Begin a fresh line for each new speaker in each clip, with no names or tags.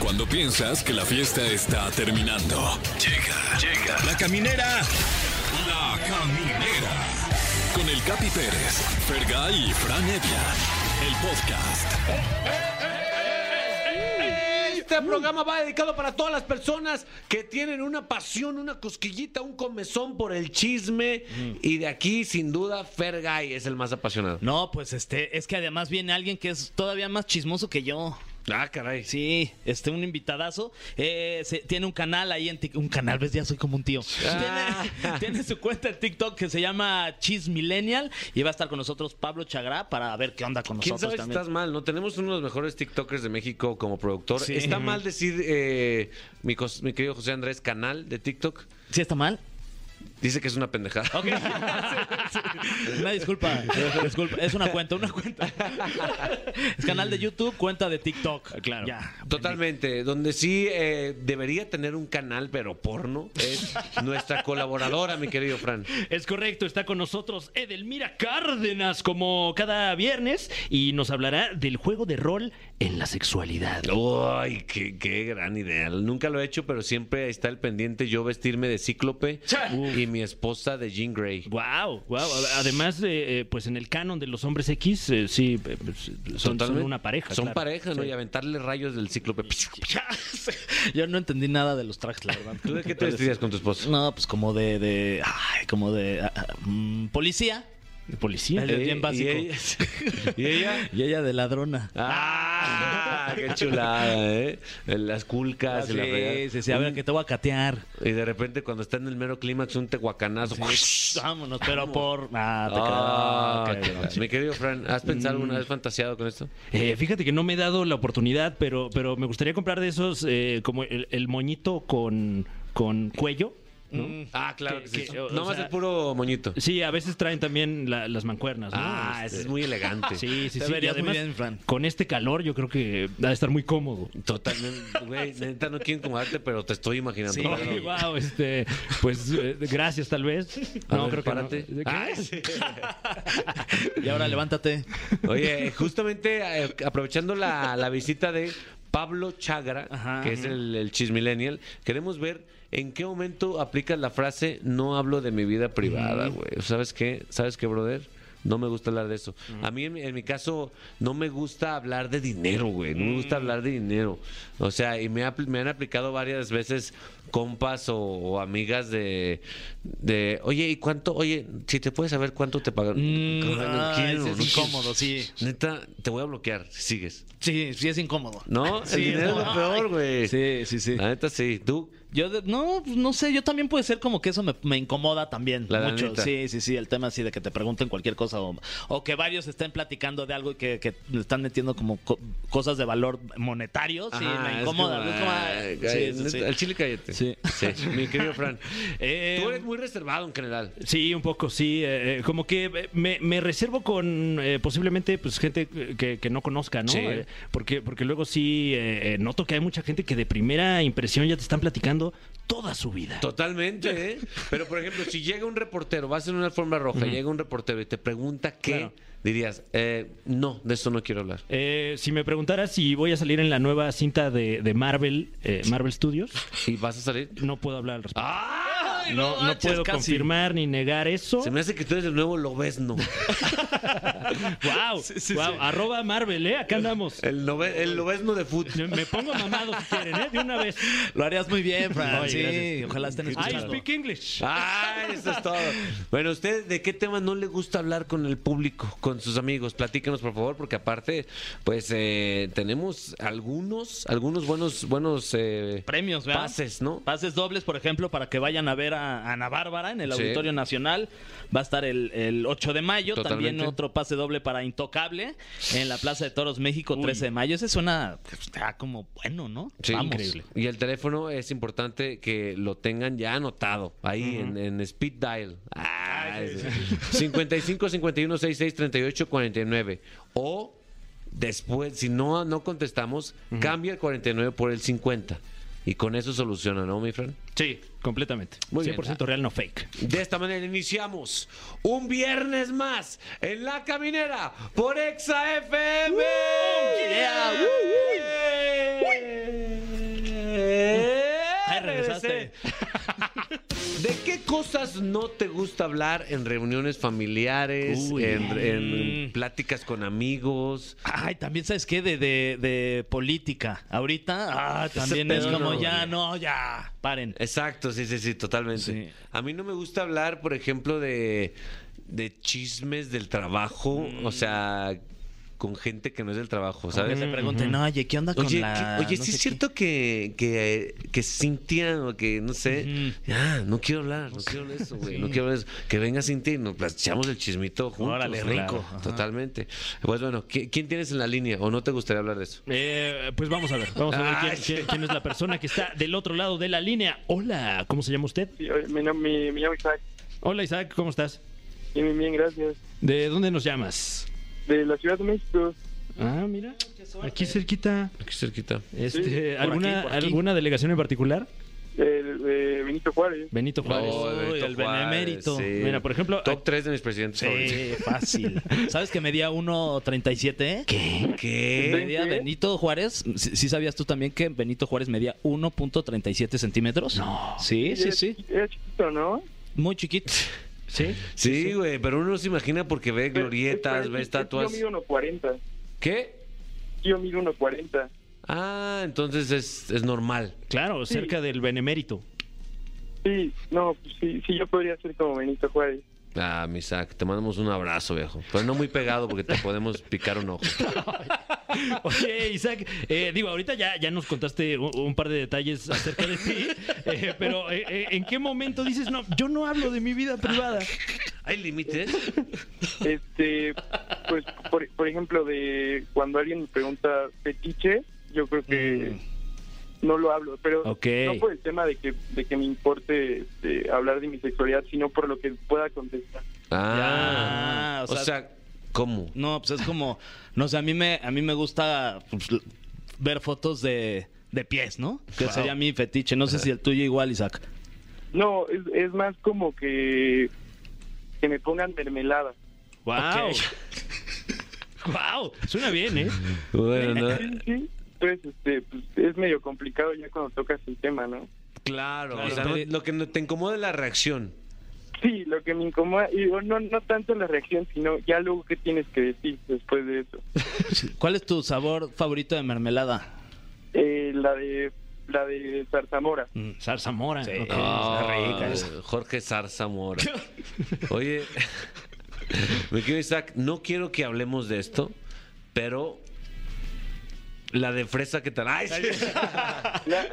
Cuando piensas que la fiesta está terminando. Llega, llega. La caminera. La caminera. Con el Capi Pérez, Fergay y Fran Evia. El podcast.
Este programa va dedicado para todas las personas que tienen una pasión, una cosquillita, un comezón por el chisme.
Mm.
Y de aquí, sin duda, Fergay es el más apasionado.
No, pues este, es que además viene alguien que es todavía más chismoso que yo.
Ah, caray.
Sí, este, un invitadazo. Eh, se- tiene un canal ahí en TikTok. Un canal, ves, ya soy como un tío.
Ah.
Tiene, tiene su cuenta en TikTok que se llama Cheese Millennial. Y va a estar con nosotros Pablo Chagra para ver qué onda con
¿Quién
nosotros
sabe si
también.
estás mal? No tenemos uno de los mejores TikTokers de México como productor.
Sí.
¿Está mal decir, eh, mi, cos- mi querido José Andrés, canal de TikTok?
¿Sí está mal?
Dice que es una pendejada.
Ok. Una disculpa. Disculpa. Es una cuenta, una cuenta. Es canal de YouTube, cuenta de
Ah,
TikTok. Claro.
Totalmente, donde sí eh, debería tener un canal, pero porno, es nuestra colaboradora, mi querido Fran.
Es correcto, está con nosotros Edelmira Cárdenas como cada viernes y nos hablará del juego de rol en la sexualidad.
Ay, qué, qué gran idea. Nunca lo he hecho, pero siempre está el pendiente yo vestirme de cíclope
Cha.
y mi esposa de Jean Grey.
Wow, wow. Además, eh, eh, pues en el canon de los hombres X, eh, sí, eh, pues, son, son
Totalmente.
una pareja.
Son
claro.
pareja, ¿no?
Sí.
Y aventarle rayos del cíclope.
Yo no entendí nada de los tracks, la verdad.
¿Tú de qué te vestirías con tu esposo?
No, pues como de, de ay, como de ah, ah, mm, policía.
¿De policía?
El-
Eh,
bien básico.
¿Y ella? ¿Y ella?
Y ella de ladrona.
¡Ah! ¡Qué chulada, eh! Las culcas y Ah, la fregada.
sí, sí, a ver, que te voy a catear.
Y de repente cuando está en el mero clímax un tehuacanazo.
Vámonos, pero por... Ah, te
Ah,
creo, ok, pero-
Mi querido Fran, ¿has pensado alguna
Mm.
vez fantaseado con esto?
Eh, fíjate que no me he dado la oportunidad, pero, pero me gustaría comprar de esos eh, como el, el moñito con, con cuello. ¿no?
Ah, claro
Que-
que sí.
que, Mm. o-
No
o
más
sea-
el puro moñito.
Sí, a veces traen también la- las mancuernas. ¿no?
Ah,
Este-
ese es muy elegante.
Sí, sí,
Te
sí. Y
verías muy
además,
bien, Fran.
con este calor, yo creo que va a estar muy cómodo.
Totalmente, güey, neta no quiero incomodarte, pero te estoy imaginando.
Sí.
Claro.
Ay, wow, este, pues eh, gracias tal vez.
A
No,
ver,
creo que
párate. Ah,
no. ¿De qué?
Ay, sí.
Y ahora levántate.
Oye, justamente eh, aprovechando la, la visita de Pablo Chagra,
Ajá.
que es el, el chismillennial, queremos ver en qué momento aplicas la frase no hablo de mi vida privada, güey. ¿Sabes qué? ¿Sabes qué, brother? No me gusta hablar de eso. A mí, en, mi- en mi caso, no me gusta hablar de dinero, güey. No me gusta hablar de dinero. O sea, y me, ha- me han aplicado varias veces compas o, o amigas de, de, oye, ¿y cuánto? Oye, si te puedes saber cuánto te pagan. Ay,
Mm,
no
ay,
quiero,
sí, es
no quiero.
incómodo, sí.
Neta, te voy a bloquear si sigues.
Sí, sí es incómodo.
¿No?
Sí,
el dinero es
como-
lo peor, güey.
Sí, sí, sí.
La neta, sí. Tú,
Yo, de- no, pues, no sé, yo también puede ser como que eso me, me incomoda también.
La
mucho.
lanita.
Sí, sí, sí, el tema así de que te pregunten cualquier cosa o, o que varios estén platicando de algo y que, que le están metiendo como co- cosas de valor monetario. Sí,
Ajá,
me
es
incomoda.
como,
es como,
ay,
sí,
ay,
sí,
neta,
sí.
Al chile cállate.
Sí.
Mi querido Fran.
Eh,
Tú eres muy reservado en general.
Sí, un poco, sí. eh, eh, como que eh, me, me reservo con eh, posiblemente pues gente que, que no conozca, ¿no?
Sí.
Eh, porque, porque luego sí eh, eh, noto que hay mucha gente que de primera impresión ya te están platicando toda su vida.
Totalmente, ¿eh? Pero, por ejemplo, si llega un reportero, vas en una alfombra roja, llega un reportero y te pregunta qué,
Claro.
dirías, eh, no, de eso no quiero hablar.
Eh, si me preguntaras si voy a salir en la nueva cinta de, de Marvel, eh, Marvel Studios,
¿Y vas a salir?
no puedo hablar al respecto.
¡Ah!
no, no
manches,
puedo
casi.
confirmar ni negar eso.
Se me hace que tú eres el nuevo lobesno.
Wow,
sí, sí.
arroba Marvel, ¿eh? Acá andamos.
El, nove- el lobesno de fútbol.
Me pongo mamado si quieren, ¿eh? De una vez.
Lo harías muy bien, Fran.
Oye,
sí,
gracias.
ojalá estén
I
escuchando.
speak English.
Ah, eso es todo. Bueno, ¿usted de qué tema no le gusta hablar con el público, con sus amigos? Platíquenos, por favor, porque aparte, pues eh, tenemos algunos, algunos buenos, buenos eh,
Premios, ¿verdad?
pases, ¿no?
Pases dobles, por ejemplo, para que vayan a ver a Ana Bárbara en el
Sí.
Auditorio Nacional. Va a estar el, el 8 de mayo.
Totalmente.
También otro pase doble para Intocable en la Plaza de Toros México, 13 de mayo. Ese suena pues, está como bueno, ¿no?
Sí.
Vamos.
Y el teléfono es importante que lo tengan ya anotado ahí en, en speed dial. Ah, ese. 55 51 66 38 49 o después si no no contestamos cambia el 49 por el 50 y con eso soluciona, ¿no, mi friend?
Sí, completamente.
Muy bien.
100% real, no fake.
De esta manera iniciamos un viernes más en La Caminera por Exa FM.
yeah,
Yeah. Oye, Eh, ¿de qué cosas no te gusta hablar en reuniones familiares,
Uy.
en, en pláticas con amigos?
Ay, también sabes qué de, de- de política. Ahorita, ah, también
Ese
es
pedo,
como
no,
ya,
güey.
no, ya, paren.
Exacto, sí, sí, sí, totalmente.
Sí.
A mí no me gusta hablar, por ejemplo, de, de chismes del trabajo, o sea, con gente que no es del trabajo,
Mm. Que
¿sabes?
te pregunten, oye, ¿qué onda con
Oye,
la?
¿qué- oye,
no
sí
sé
es cierto que, que, que Cintia o que no sé, ah, no quiero hablar, no quiero hablar de eso, güey, no quiero hablar de eso. Que venga Cintia y nos platicamos el chismito juntos.
Órale,
güey.
rico. Ajá.
Totalmente. Pues bueno, ¿qui- ¿quién tienes en la línea o no te gustaría hablar de eso?
Eh, pues vamos a ver, vamos a ver
Ay,
quién, quién- quién es la persona que está del otro lado de la línea. Hola, ¿cómo se llama usted?
Sí, oye, mi, nom- mi, me llamo Isaac.
Hola Isaac, ¿cómo estás?
Bien, bien, bien, gracias.
¿De dónde nos llamas?
De la Ciudad de México.
Ah, mira, aquí cerquita.
Aquí cerquita.
Este,
por
¿alguna,
aquí, por aquí.
¿Alguna delegación en particular?
El, eh, Benito Juárez.
Benito Juárez.
Oh, Uy, el benemérito.
Mira, por ejemplo,
Top
aquí-
3 de mis presidentes favoritos.
eh, Sí, fácil. ¿Sabes que medía 1.37? ¿Qué?
¿Qué?
Medía Benito Juárez. ¿Sí, sí sabías tú también que Benito Juárez medía 1.37 centímetros? No. Sí, sí,
Era
sí.
chiqui- Era chiquito, ¿no?
Muy chiquito.
¿Sí?
Sí, güey, pero uno no se imagina porque ve glorietas, ve estatuas.
Yo mido 1.40.
¿Qué?
Yo mido 1.40.
Ah, entonces es, es normal.
Claro,
Sí.
cerca del benemérito.
Sí, no, pues sí, sí, yo podría ser como Benito Juárez.
Ah, Misak, te mandamos un abrazo, viejo. Pero no muy pegado porque te podemos picar un ojo.
Oye, Isaac, eh, digo, ahorita ya, ya nos contaste un, un par de detalles acerca de ti, eh, pero eh, eh, ¿en qué momento dices, no, yo no hablo de mi vida privada?
¿Hay límites?
Este, pues, por, por ejemplo, de cuando alguien me pregunta fetiche, yo creo que no lo hablo. Pero
Ok.
no por el tema de que, de que me importe este, hablar de mi sexualidad, sino por lo que pueda contestar.
Ah,
Ya,
o,
o
sea,
sea-
¿cómo?
No, pues es como, no sé, a mí me, a mí me gusta pues, l- ver fotos de, de pies, ¿no? Que sería mi fetiche. No sé si el tuyo igual, Isaac.
No, es, es más como que, que me pongan mermelada.
¡Wow! ¡Wow! Suena bien, ¿eh?
Bueno, no-
Sí, sí. Entonces, este, pues, es medio complicado ya cuando tocas el tema, ¿no?
claro, o
Claro.
sea, no- lo que no- te incomoda es la reacción.
Sí, lo que me incomoda, y digo, no, no tanto la reacción, sino ya luego qué tienes que decir después de eso.
¿Cuál es tu sabor favorito de mermelada?
Eh, la de la de zarzamora.
Zarzamora.
Sí.
Mm, ok.
Ah,
rica esa.
Jorge Zarzamora. Oye, mi querido Isaac, no quiero que hablemos de esto, pero la de fresa que te la... ¡Ay, sí!
La-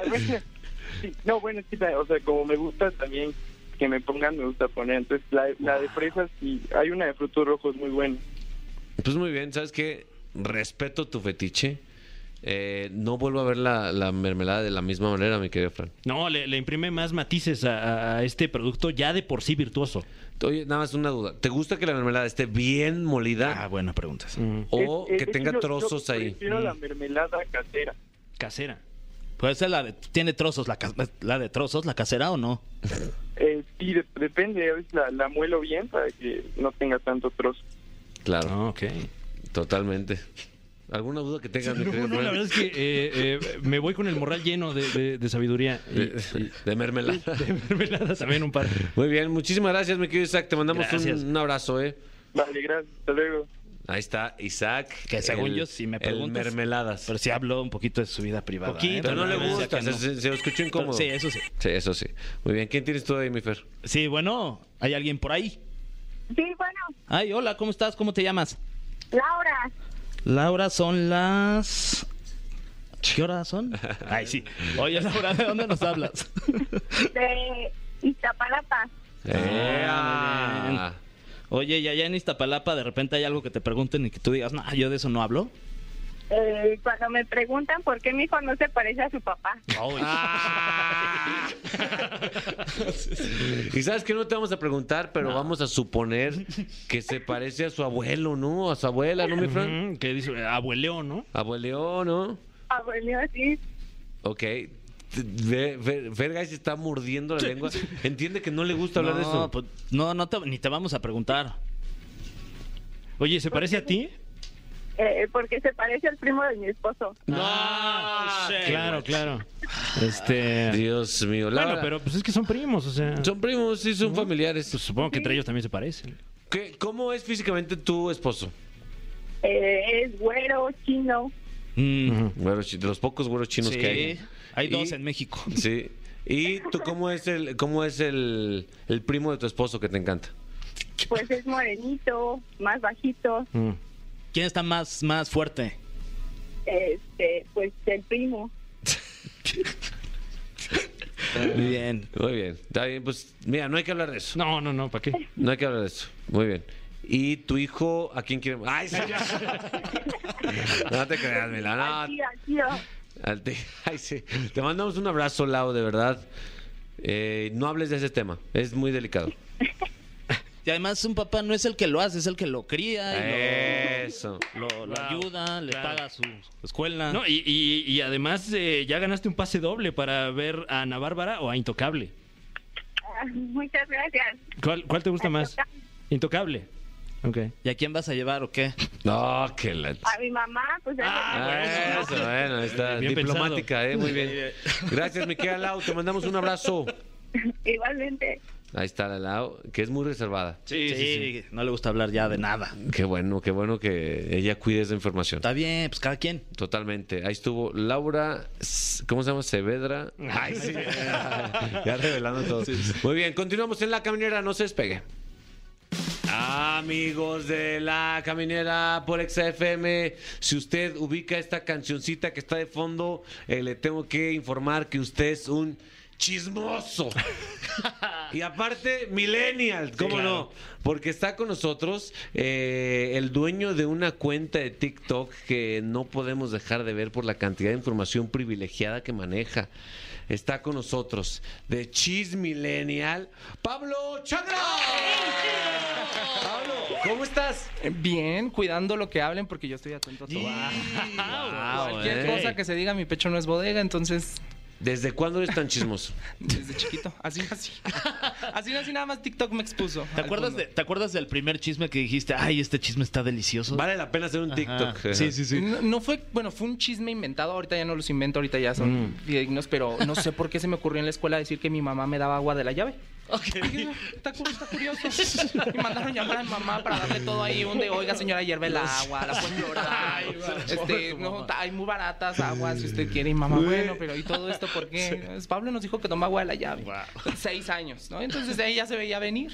sí, no, bueno, es que, ta- o sea, como me gusta también que me pongan, me gusta poner. Entonces, la, la de fresas y hay una de frutos rojos muy buena.
Pues muy bien, ¿sabes qué? Respeto tu fetiche. Eh, no vuelvo a ver la, la mermelada de la misma manera, mi querido Fran.
No, le, le imprime más matices a, a este producto ya de por sí virtuoso.
Oye, nada más una duda. ¿Te gusta que la mermelada esté bien molida
Ah, buena pregunta. esa.
Mm,
o
Es- es-
que
es
tenga
yo- yo
trozos ahí?
Prefiero la mermelada casera.
Casera.
Puede ser la de, tiene trozos, la, ca- la de trozos, la casera o no.
Eh, sí, de- depende, a veces la, la muelo bien para que no tenga tanto trozo.
Claro,
Ah, ok.
totalmente. ¿Alguna duda que tengas, mi
No,
querido
no, la
Fran?
verdad es que eh, eh, me voy con el morral lleno de, de- de sabiduría. Y,
De, de mermelada.
de mermeladas también un par.
Muy bien, muchísimas gracias, mi querido Isaac. Te mandamos un,
Gracias.
un abrazo, ¿eh?
Vale, gracias, hasta luego.
Ahí está, Isaac.
Que según yo, si me
el
preguntas-
mermeladas.
Pero sí habló un poquito de su vida privada.
Poquito,
¿eh?
Pero no le
Realmente
gusta,
decía
se,
que no.
se- se escuchó incómodo.
Sí, eso sí.
Sí, eso sí. Muy bien, ¿quién tienes tú ahí, mi Fer?
Sí, bueno, ¿hay alguien por ahí?
Sí, bueno,
Ay, hola, ¿cómo estás? ¿Cómo te llamas?
Laura,
Laura, son las... ¿Qué horas son? Ay, sí. Oye, Laura, ¿de dónde nos hablas?
de Iztapalapa.
Ah, muy
¡Ea!
bien. Oye, y allá en Iztapalapa de repente hay algo que te pregunten y que tú digas, no, yo de eso no hablo.
Eh, cuando me preguntan por qué mi hijo no se parece a su papá.
Ah. y sabes que no te vamos a preguntar, pero vamos a suponer que se parece a su abuelo, ¿no? A su abuela, ¿no, mi Fran?
Ujú, que dice, eh, abueleo, ¿no?
Abueleo, ¿no?
Abuelo, sí.
Ok. Te- ve- Fer, Fer Guy se está mordiendo la lengua. Entiende que no le gusta hablar
no,
de eso.
pues, no, no te- ni te vamos a preguntar.
Oye, ¿se parece a ti?
eh, porque se parece al primo de mi esposo.
Ah, sí.
Claro, claro. Este.
Dios mío. la
Bueno,
verdad-
pero pues es que son primos, o sea.
Son primos, sí, son familiares.
Pues supongo que entre ellos también se parecen.
¿Qué- ¿Cómo es físicamente tu esposo?
Eh, es güero, chino.
Mm,
Güero chi- de los pocos güeros chinos
sí.
que hay.
Hay dos
Y-
en México.
Sí. ¿Y tú cómo es el cómo es el, el primo de tu esposo que te encanta?
Pues es morenito, más bajito.
¿Quién está más, más fuerte?
Este, pues el primo.
Eh.
Muy bien.
Muy bien. Está bien, pues mira, no hay que hablar de eso.
No, no, no, ¿para qué?
No hay que hablar de eso. Muy bien. ¿Y tu hijo a quién quiere? ¡Ay, sí! No te creas, Mila.
Al
No,
tío, al tío.
Al ti- Ay, sí. Te mandamos un abrazo, Lau, de verdad. Eh, no hables de ese tema, es muy delicado.
Y además un papá no es el que lo hace, es el que lo
Eh.
cría y
Eso.
lo, lo- lo
Claro,
ayuda, le
claro.
paga su escuela.
No, y, y- y además eh, ya ganaste un pase doble para ver a Ana Bárbara o a Intocable.
Ah, Muchas gracias.
¿Cuál, cuál te gusta más? Intocable. Ok.
¿Y a quién vas a llevar o qué?
No, que la.
A mi mamá, pues
Ah,
Ah, Eso, bueno, ahí está
Bien
diplomática, eh, muy bien. Gracias, mi querida Lau, te mandamos un abrazo.
igualmente.
Ahí está la Lau, que es muy reservada.
Sí, no le gusta hablar ya de nada.
Qué bueno, qué bueno que ella cuide esa información.
Está bien, pues cada quien.
Totalmente. Ahí estuvo Laura, S- ¿cómo se llama? Saavedra. Ay, sí. ya revelando todo. Muy bien, continuamos en La Caminera, no se despegue. Amigos de La Caminera por XFM, si usted ubica esta cancioncita que está de fondo, eh, le tengo que informar que usted es un chismoso. Y aparte, Millennial, ¿cómo no? Porque está con nosotros eh, el dueño de una cuenta de TikTok que no podemos dejar de ver por la cantidad de información privilegiada que maneja. Está con nosotros, de Cheese Millennial, Pablo Chagra. Pablo, ¿cómo estás?
Bien, cuidando lo que hablen porque yo estoy atento a todo. Cualquier
eh.
cosa que se diga, mi pecho no es bodega, entonces
¿Desde cuándo eres tan chismoso?
desde chiquito, así nací. Así nací, nada más TikTok me expuso.
¿Te acuerdas, de- ¿Te acuerdas del primer chisme que dijiste? Ay, este chisme está delicioso.
Vale la pena hacer un TikTok.
Ajá. Sí, sí, sí.
No, no fue, bueno, fue un chisme inventado, ahorita ya no los invento, ahorita ya son
Mm.
fidedignos, pero no sé por qué se me ocurrió en la escuela decir que mi mamá me daba agua de la llave. Dije, Está, cu- está curioso. Y mandaron llamar a mi mamá para darle todo ahí un de, oiga señora, hierve el agua, la puede llorar. Este, no, ta- hay muy baratas aguas si usted quiere. Y mamá, bueno, pero ¿y todo esto por qué? Pues, Pablo nos dijo que toma agua de la llave. Seis años, ¿no? Entonces ahí ya se veía venir.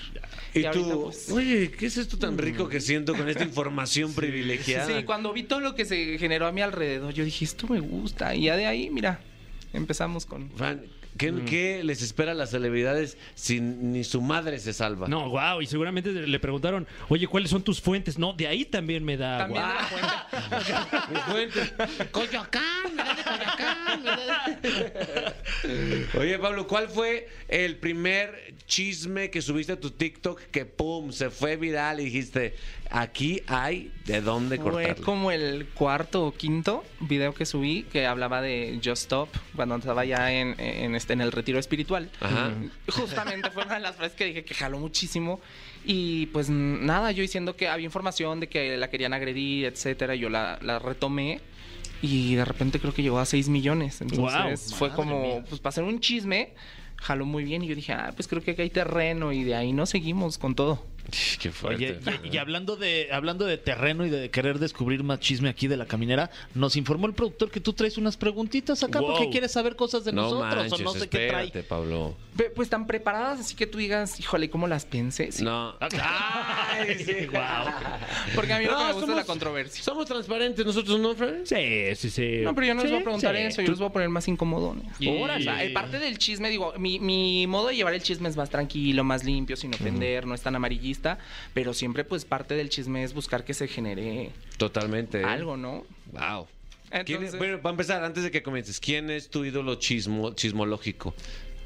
Y
ahorita,
tú,
pues,
oye, ¿qué es esto tan rico que siento con esta información privilegiada?
Sí, cuando vi todo lo que se generó a mi alrededor, yo dije, esto me gusta. Y ya de ahí, mira, empezamos con...
Fran, ¿qué, qué les espera a las celebridades si ni su madre se salva?
No, wow, y seguramente le preguntaron, oye, ¿cuáles son tus fuentes? No, de ahí también me da
También
agua.
de la fuente.
Pues cuente.
Coyoacán, ¿verdad? De Coyoacán, ¿verdad?
Oye, Pablo, ¿cuál fue el primer chisme que subiste a tu TikTok que pum, se fue viral y dijiste, aquí hay de dónde
Fue
cortarlo?
como el cuarto o quinto video que subí que hablaba de Just Stop cuando estaba ya en, en este, en el retiro espiritual.
Ajá.
Justamente fue una de las frases que dije que jaló muchísimo. Y pues nada, yo diciendo que había información de que la querían agredir, etcétera. Yo la, la retomé y de repente creo que llegó a 6 millones. Entonces
Guau,
fue
madre
como,
mía.
pues para hacer un chisme, jaló muy bien. Y yo dije, ah, pues creo que aquí hay terreno. Y de ahí no seguimos con todo.
Qué
Oye, y, y hablando de hablando de terreno y de querer descubrir más chisme aquí de la caminera, nos informó el productor que tú traes unas preguntitas acá
Wow.
porque quieres saber cosas de
no
nosotros
manches,
o no sé
espérate,
qué trae.
Pablo.
Pe- Pues tan preparadas, así que tú digas, híjole, ¿cómo las pensé? Sí.
No. Ay, sí, wow.
Porque a mí lo que
No,
me gusta es la
somos-
controversia.
Somos transparentes nosotros, ¿no, Fran?
Sí, sí, sí.
No, pero yo no les voy a preguntar
sí.
eso, yo les voy a poner más incomodones.
Órale.
O sea, eh, parte del chisme, digo, mi, mi modo de llevar el chisme es más tranquilo, más limpio, sin ofender, no es tan amarillista, pero siempre pues parte del chisme es buscar que se genere
Totalmente. ¿eh?
algo, ¿no?
Wow. ¿Quién es-
Entonces-
bueno, para empezar, antes de que comiences, ¿quién es tu ídolo chismo, chismológico?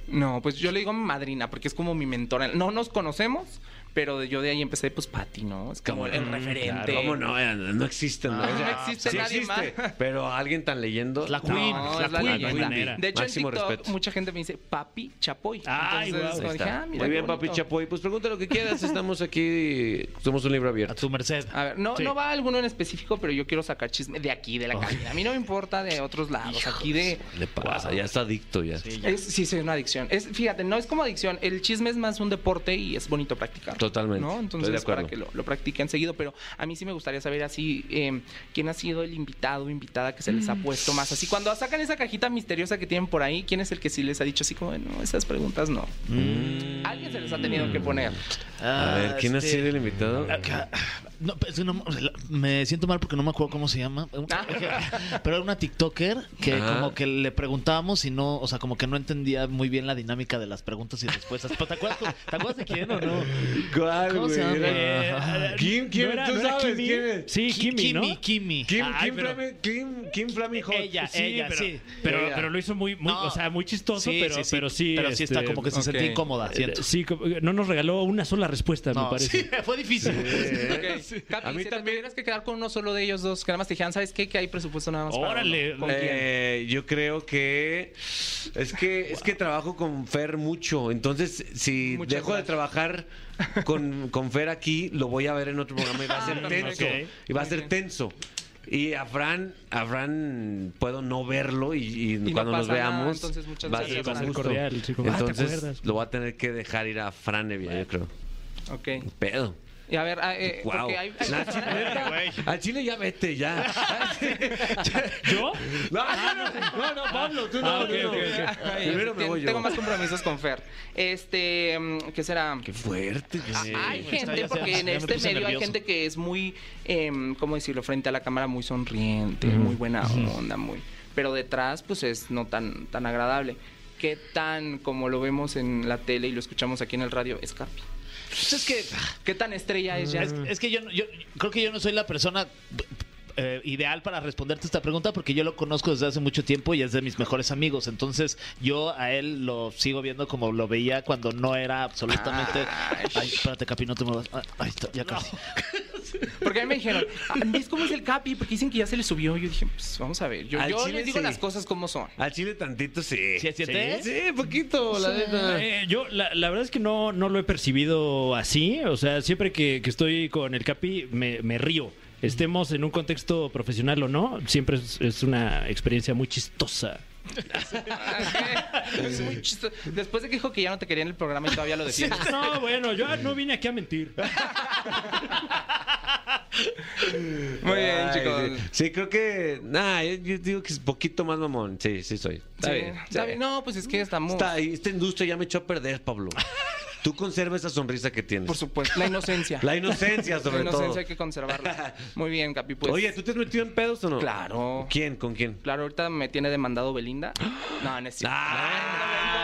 No, pues yo le digo madrina porque es como mi mentora. No nos conocemos, Pero de- yo de ahí empecé, pues Patty, ¿no? Es como el referente.
Claro, ¿Cómo no? Eh, No existen. ¿no?
Ah, no existe nadie más.
Pero alguien tan leyendo.
La
No,
Queen,
es
la
la
Queen,
leyenda.
la Queen era.
De hecho,
Máximo
en TikTok
respeto.
mucha gente me dice Papi Chapoy.
Ay,
Entonces,
guau.
como
Ahí
dije,
está.
ah, mira,
Muy
qué
bien, papi
bonito.
Chapoy. Pues pregunta lo que quieras. Estamos aquí. Somos un libro
A
abierto.
tu merced.
A ver, no,
Sí.
no va alguno en específico, pero yo quiero sacar chisme de aquí, de la calle. A mí no me importa de otros lados, aquí de...
Le pasa, ya está adicto ya.
Es- sí, sí, es una adicción. Es, fíjate, no es como adicción. El chisme es más un deporte y es bonito practicarlo.
Totalmente.
¿no?
Estoy
Entonces,
de acuerdo.
para que lo, lo practiquen seguido. Pero a mí sí me gustaría saber así eh, quién ha sido el invitado o invitada que
Mm.
se les ha puesto más. Así, cuando sacan esa cajita misteriosa que tienen por ahí, ¿quién es el que sí les ha dicho así como, no, esas preguntas no?
Mm.
Alguien se les ha tenido que poner.
A ver, ¿quién ha
Este,
sido el invitado?
acá- No, es que no- me siento mal porque no me acuerdo cómo se llama. Pero era una TikToker que
Ajá.
como que le preguntábamos y no, o sea, como que no entendía muy bien la dinámica de las preguntas y respuestas. Pero, ¿Te acuerdas, te acuerdas de quién o no?
¿Cuál,
¿Cómo se
güey?
llama?
Era-
Eh,
¿Quién? ¿Quién?
¿no era-
¿Tú
no era
sabes
Kimi?
quién es?
Sí, Kimi,
Kimi,
¿no?
Kimi.
Kim,
Ay,
Kim,
pero-
Flaming- Kim, Kim Flaming Hot.
Ella,
Sí,
ella,
pero,
sí.
Pero,
Ella.
pero lo hizo muy, muy
No.
o sea, muy chistoso,
Sí,
pero,
sí, sí.
pero sí.
Pero sí está
este, Eh,
como que se
ok.
sentía incómoda, siento.
Sí, como- no nos regaló una sola respuesta, me
No,
parece.
sí, fue difícil.
Ok. Capi,
A mí
si te
también.
tuvieras que quedar con uno solo de ellos dos, que nada más te dijeran, ¿sabes qué? Que hay presupuesto nada más para
Órale.
uno. ¿Con quién?
Eh, yo creo que es que es que trabajo con Fer mucho, entonces si
Muchas
dejo de
gracias.
trabajar con, con Fer aquí, lo voy a ver en otro programa y va a ser
Ah,
tenso.
ok.
Y va a ser tenso. Y a Fran, a Fran puedo no verlo y, y
no
cuando nos
pasa nada,
veamos
entonces, muchas
va a
gracias,
ser con
Fran.
gusto.
Cordial, sí, como, ah, ¿te
Entonces
acuerdas?
lo voy a tener que dejar ir a Fran Evia, yo creo.
Ok.
Pedo.
Y a ver, ah, eh,
Wow.
porque hay- hay
Nah,
personas-
sí, neta, Al Chile ya vete, ya.
¿Yo?
No,
Ah.
no, no, Pablo, tú no.
Ah, ok,
tú no.
ok, ok.
Ay,
Primero me
ten-
voy yo.
Tengo más compromisos con Fer. Este, mm, ¿qué será?
Qué fuerte.
Ah,
sí.
me
hay
está- ya
gente, porque
se- ya
en
me
este
puse
medio hay
nervioso.
gente que es muy, em, ¿cómo decirlo? Frente a la cámara muy sonriente, muy buena onda, muy... Pero detrás, pues es no tan, tan agradable. ¿Qué tan, como lo vemos en la tele y lo escuchamos aquí en el radio, es Capi?
Pues es que
¿Qué tan estrella es ya?
Es, es que yo, no- yo creo que yo no soy la persona eh, ideal para responderte esta pregunta porque yo lo conozco desde hace mucho tiempo y es de mis mejores amigos. Entonces yo a él lo sigo viendo como lo veía cuando no era absolutamente... Ay, espérate, Capi, no te muevas. Ah, Ahí está, ya casi.
Porque a mí me dijeron, "Ah, ¿ves cómo es el Capi? Porque dicen que ya se le subió. Yo dije, pues vamos a ver. Yo,
Al
yo
chile
les digo
sí.
las cosas como son.
Al Chile tantito sí.
¿Sí es siete?
Sí, sí, poquito, la neta.
Eh, yo la, la verdad es que no, no lo he percibido así. O sea, siempre que, que estoy con el Capi me, me río. Estemos en un contexto profesional o no, siempre es, es una experiencia muy chistosa.
Es muy chistoso. Después de que dijo que ya no te quería en el programa y todavía lo defiendes.
No, bueno, yo no vine aquí a mentir.
Muy bien,
Ay,
chicos.
Sí. Sí, creo que. Nah, yo, yo digo que es poquito más mamón. Sí, sí, soy. Está
Sí,
bien.
está
sí.
bien. No, pues es que estamos.
Está ahí, Esta industria ya me echó a perder, Pablo. Tú conserva esa sonrisa que tienes.
Por supuesto, la inocencia.
Pues La inocencia, sobre
La inocencia
todo.
hay que conservarla. Muy bien, Capi. Pues,
Oye, ¿tú te has metido en pedos o no?
Claro.
¿Quién? ¿Con quién?
Claro, ahorita me tiene demandado Belinda. No, no es cierto.
Ay.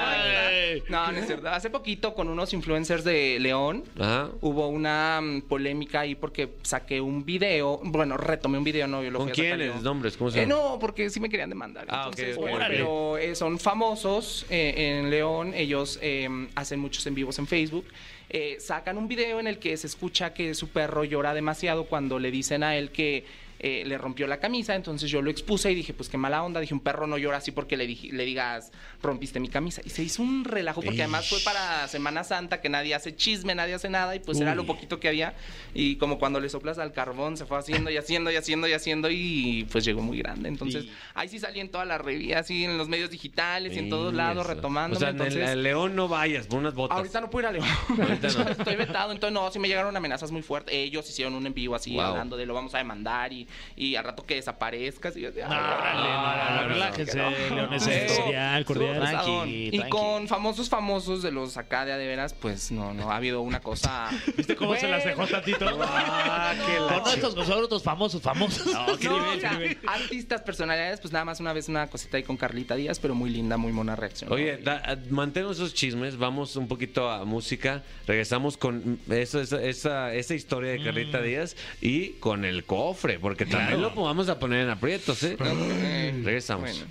No, no es cierto. Hace poquito con unos influencers de León.
Ajá.
Hubo una mm, polémica ahí porque saqué un video, bueno, retomé un video, no, yo lo
¿Con
fui a sacar
quiénes?
yo.
¿Nombres? ¿Cómo se
Eh,
llama?
no, porque sí me querían demandar.
Ah, ok,
Entonces,
ok,
bueno,
ok.
Pero eh, son famosos eh, en León, ellos eh, hacen muchos en vivos en Facebook. Eh, sacan un video en el que se escucha que su perro llora demasiado cuando le dicen a él que eh, le rompió la camisa. Entonces yo lo expuse y dije, pues qué mala onda. Dije, un perro no llora así porque le, dij- le digas, rompiste mi camisa. Y se hizo un relajo porque además fue para Semana Santa, que nadie hace chisme, nadie hace nada. Y pues era lo poquito que había. Y como cuando le soplas al carbón, se fue haciendo y haciendo y haciendo y haciendo. Y pues llegó muy grande. Entonces ahí sí salí en todas las revistas, y en los medios digitales y en todos lados, retomando.
O sea, en el-
entonces,
en León no vayas, por unas botas.
Ahorita no puedo ir a León.
Ahorita no.
Estoy vetado. Entonces, no, sí me llegaron amenazas muy fuertes. Ellos hicieron un envío así
Wow.
hablando de lo vamos a demandar y, y al rato que desaparezcas. Y yo, de,
No, órale, no, no, no, relájense, leones.
Sí.
esto.
Cordial, cordial.
Estuvo pesadón.
Tranqui,
y
tranqui.
con famosos famosos de los acá de a de veras, pues no, no ha habido una cosa.
¿Viste cómo se las dejó tantito?
Ah, qué la
Con estos, con otros famosos, famosos.
No, o sea, artistas, personalidades, pues nada más una vez una cosita ahí con Carlita Díaz, pero muy linda, muy mona reacción.
Oye,
¿no?
da- mantén esos chismes, vamos un poquito a música, regresamos con eso, esa, esa, esa historia de Carlita
Mm.
Díaz y con el cofre, porque también lo vamos a poner en aprietos, ¿eh?
Eh,
Regresamos.
bueno.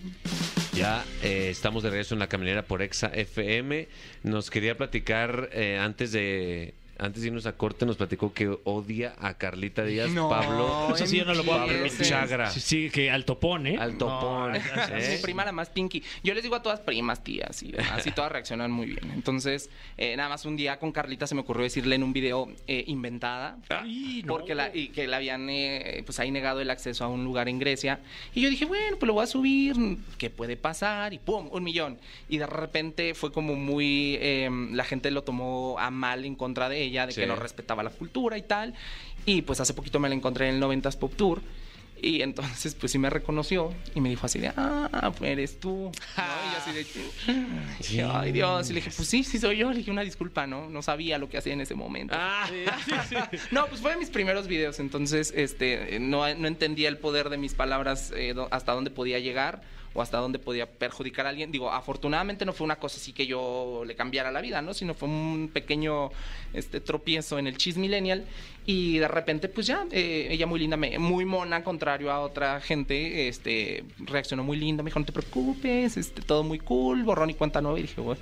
Ya eh, estamos de regreso en la caminera por Exa FM. Nos quería platicar eh, antes de antes de irnos a corte, nos platicó que odia a Carlita Díaz,
No,
Pablo.
eso sí yo no lo puedo
Pablo
permitir.
Chagra.
Sí, sí, que al topón, ¿eh?
Al topón. ¿eh?
Es mi prima la más pinky. Yo les digo a todas primas, tías y demás, y todas reaccionan muy bien. Entonces, eh, nada más un día con Carlita se me ocurrió decirle en un video eh, inventada,
Ay, no.
porque la, y que le habían eh, pues ahí negado el acceso a un lugar en Grecia. Y yo dije, bueno, pues lo voy a subir, ¿qué puede pasar? Y ¡pum! Un millón. Y de repente fue como muy. eh, la gente lo tomó a mal en contra de ella, de
Sí.
que no respetaba la cultura y tal. Y pues hace poquito me la encontré en el 90s Pop Tour. Y entonces, pues sí me reconoció y me dijo así de, ah, pues eres tú. ¿no? Y yo así de, dije, ay Dios. Y le dije, pues sí, sí soy yo. Le dije, una disculpa, ¿no? No sabía lo que hacía en ese momento.
Ah,
No, pues fue de mis primeros videos, entonces este, no, no entendía el poder de mis palabras, eh, do- hasta dónde podía llegar o hasta dónde podía perjudicar a alguien. Digo, afortunadamente no fue una cosa así que yo le cambiara la vida, ¿no? Sino fue un pequeño este, tropiezo en el chis millennial y de repente, pues ya, eh, ella muy linda, me- muy mona, contrario a otra gente, este, reaccionó muy linda, me dijo, no te preocupes, este, todo muy cool, borrón y cuenta nueva. Y dije, "Bu-